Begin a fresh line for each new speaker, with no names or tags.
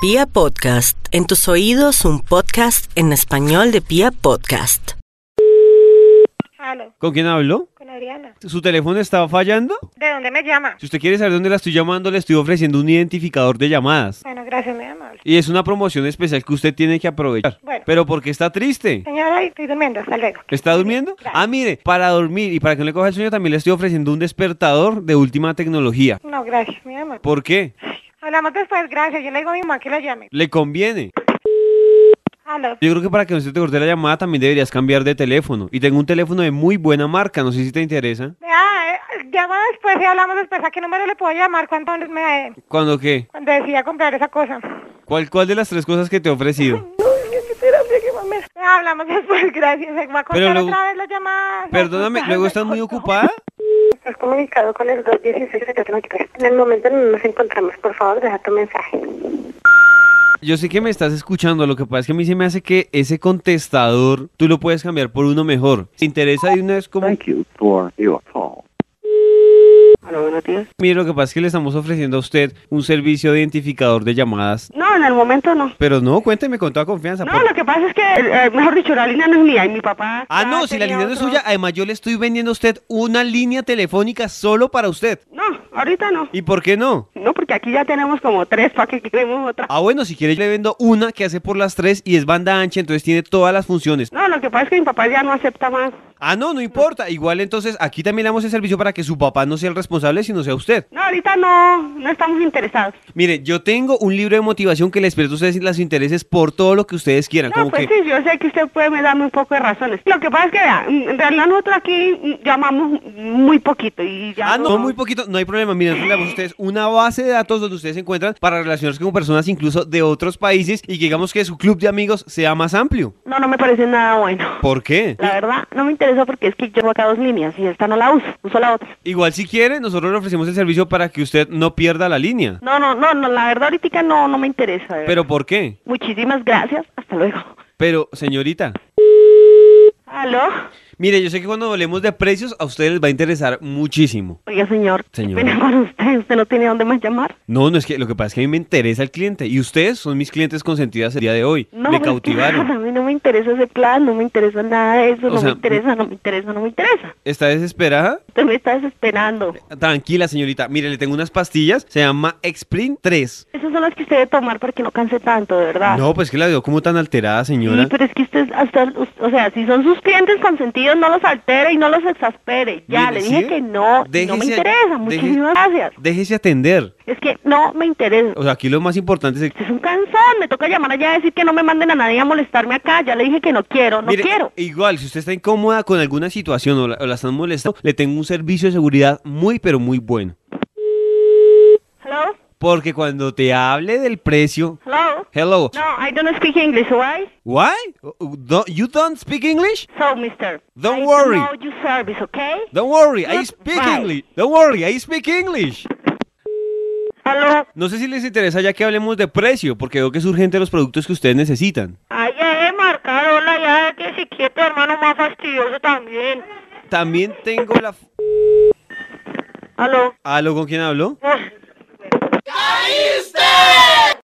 Pia Podcast, en tus oídos un podcast en español de Pia Podcast.
Aló,
¿Con quién hablo?
con Adriana.
¿Su teléfono está fallando?
¿De dónde me llama?
Si usted quiere saber dónde la estoy llamando, le estoy ofreciendo un identificador de llamadas.
Bueno, gracias, muy amable.
Y es una promoción especial que usted tiene que aprovechar.
Bueno.
¿Pero por qué está triste?
Señora, estoy durmiendo, hasta luego.
¿Está durmiendo?
Gracias.
Ah, mire, para dormir y para que no le coja el sueño también le estoy ofreciendo un despertador de última tecnología.
No, gracias, muy amable.
¿Por qué?
Hablamos después, gracias. Yo le digo a mi mamá que la llame.
Le conviene.
Aló,
Yo creo que para que no se te corte la llamada también deberías cambiar de teléfono. Y tengo un teléfono de muy buena marca, no sé si te interesa.
ah, eh, llama después y hablamos después. ¿A qué número le puedo llamar cuando me eh,
¿Cuándo qué?
cuando decida comprar esa cosa?
¿Cuál, cuál de las tres cosas que te he ofrecido?
No, es que estoy hambre, que mamá. Hablamos después, gracias. Se va a cortar
Pero luego-
otra vez la llamada. se va a
Perdóname,
cortar,
luego
se
estás muy
cortó.
ocupada.
Estás comunicado con el 216-793. En el momento no nos encontramos. Por favor, deja tu mensaje.
Yo sé que me estás escuchando, lo que pasa es que a mí se me hace que ese contestador tú lo puedes cambiar por uno mejor. ¿Te interesa de una vez como...
Thank you for your call.
Hola, buenos días.
Mire, lo que pasa es que le estamos ofreciendo a usted un servicio de identificador de llamadas.
No, en el momento no.
Pero no, cuénteme con toda confianza.
No,
por-
lo que pasa es que, eh, mejor dicho, la línea no es mía y mi papá.
Ah,
Ya
no, si la
tenía
línea no es
otro.
suya, además yo le estoy vendiendo a usted una línea telefónica solo para usted.
No, ahorita no.
¿Y por qué no?
No, porque aquí ya tenemos como tres, ¿para qué queremos otra?
Ah, bueno, si quiere le vendo una que hace por las tres y es banda ancha, entonces tiene todas las funciones.
No, lo que pasa es que mi papá ya no acepta más.
Ah, no, no importa. Igual entonces aquí también le damos el servicio para que su papá no sea el responsable, sino sea usted.
No, ahorita no, no estamos interesados.
Mire, yo tengo un libro de motivación que les presta a ustedes los intereses por todo lo que ustedes quieran.
No,
como
pues
que,
sí, yo sé que usted puede me darme un poco de razones. Lo que pasa es que, vea, mm, en realidad nosotros aquí mm, llamamos muy poquito y ya
ah, no, muy poquito, no hay problema. Miren, nosotros le damos a ustedes una base de datos donde ustedes se encuentran para relacionarse con personas incluso de otros países y que digamos que su club de amigos sea más amplio.
No, no me parece nada bueno.
¿Por qué?
La verdad, no me interesa porque es que yo hago acá dos líneas y esta no la uso, uso la otra.
Igual si quiere, nosotros le ofrecemos el servicio para que usted no pierda la línea.
No, no, no, no, la verdad ahorita no, no me interesa. de
¿Pero
verdad.
por qué?
Muchísimas gracias, hasta luego.
Pero, señorita,
¿Aló?
mire, yo sé que cuando hablemos de precios a ustedes les va a interesar muchísimo.
Oiga, señor, qué
Señora.
pena con usted, usted no tiene dónde más llamar.
No, no es que lo que pasa es que a mí me interesa el cliente y ustedes son mis clientes consentidas el día de hoy.
No,
me
pero es que nada,
cautivaron.
A mí no me interesa ese plan, no me interesa nada de eso,
O
no
sea,
me interesa, no me interesa, no me interesa.
¿Está desesperada?
Usted me está desesperando.
Tranquila, señorita. Mire, le tengo unas pastillas. Se llama Exprint 3.
Esas son las que usted debe tomar para que no canse tanto, de verdad.
No, pues que la veo como tan alterada,
Ah. Sí,
señora.
pero es que usted, hasta, o sea, si son sus clientes consentidos, no los altere y no los exaspere. Ya,
Mire,
le
¿sí
dije
ve?
que no, y no me
Déjese-
interesa.
deje-
Muchísimas gracias.
Déjese atender.
Es que no me interesa.
O sea, aquí lo más importante es...
Este es un cansón, me toca llamar allá a decir que no me manden a nadie a molestarme acá. Ya le dije que no quiero, no
Mire, eh,
quiero.
Igual, si usted está incómoda con alguna situación o la, o la están molestando, le tengo un servicio de seguridad muy, pero muy bueno.
Hello,
Porque cuando te hable del precio...
hello.
Hello.
No, I don't speak English, why?
Why? Don't- you don't speak English?
So, mister.
Don't
I
worry.
know your service, okay?
Don't worry, I
Not
speak
right.
English. Don't worry, I speak English.
Hello.
No sé si les interesa ya que hablemos de precio, porque veo que es urgente los productos que ustedes necesitan.
Ay, ya he marcado, hola, ya que si quieto, hermano, más fastidioso también.
También tengo la... f- Ah,
Hello.
¿Aló con quién hablo?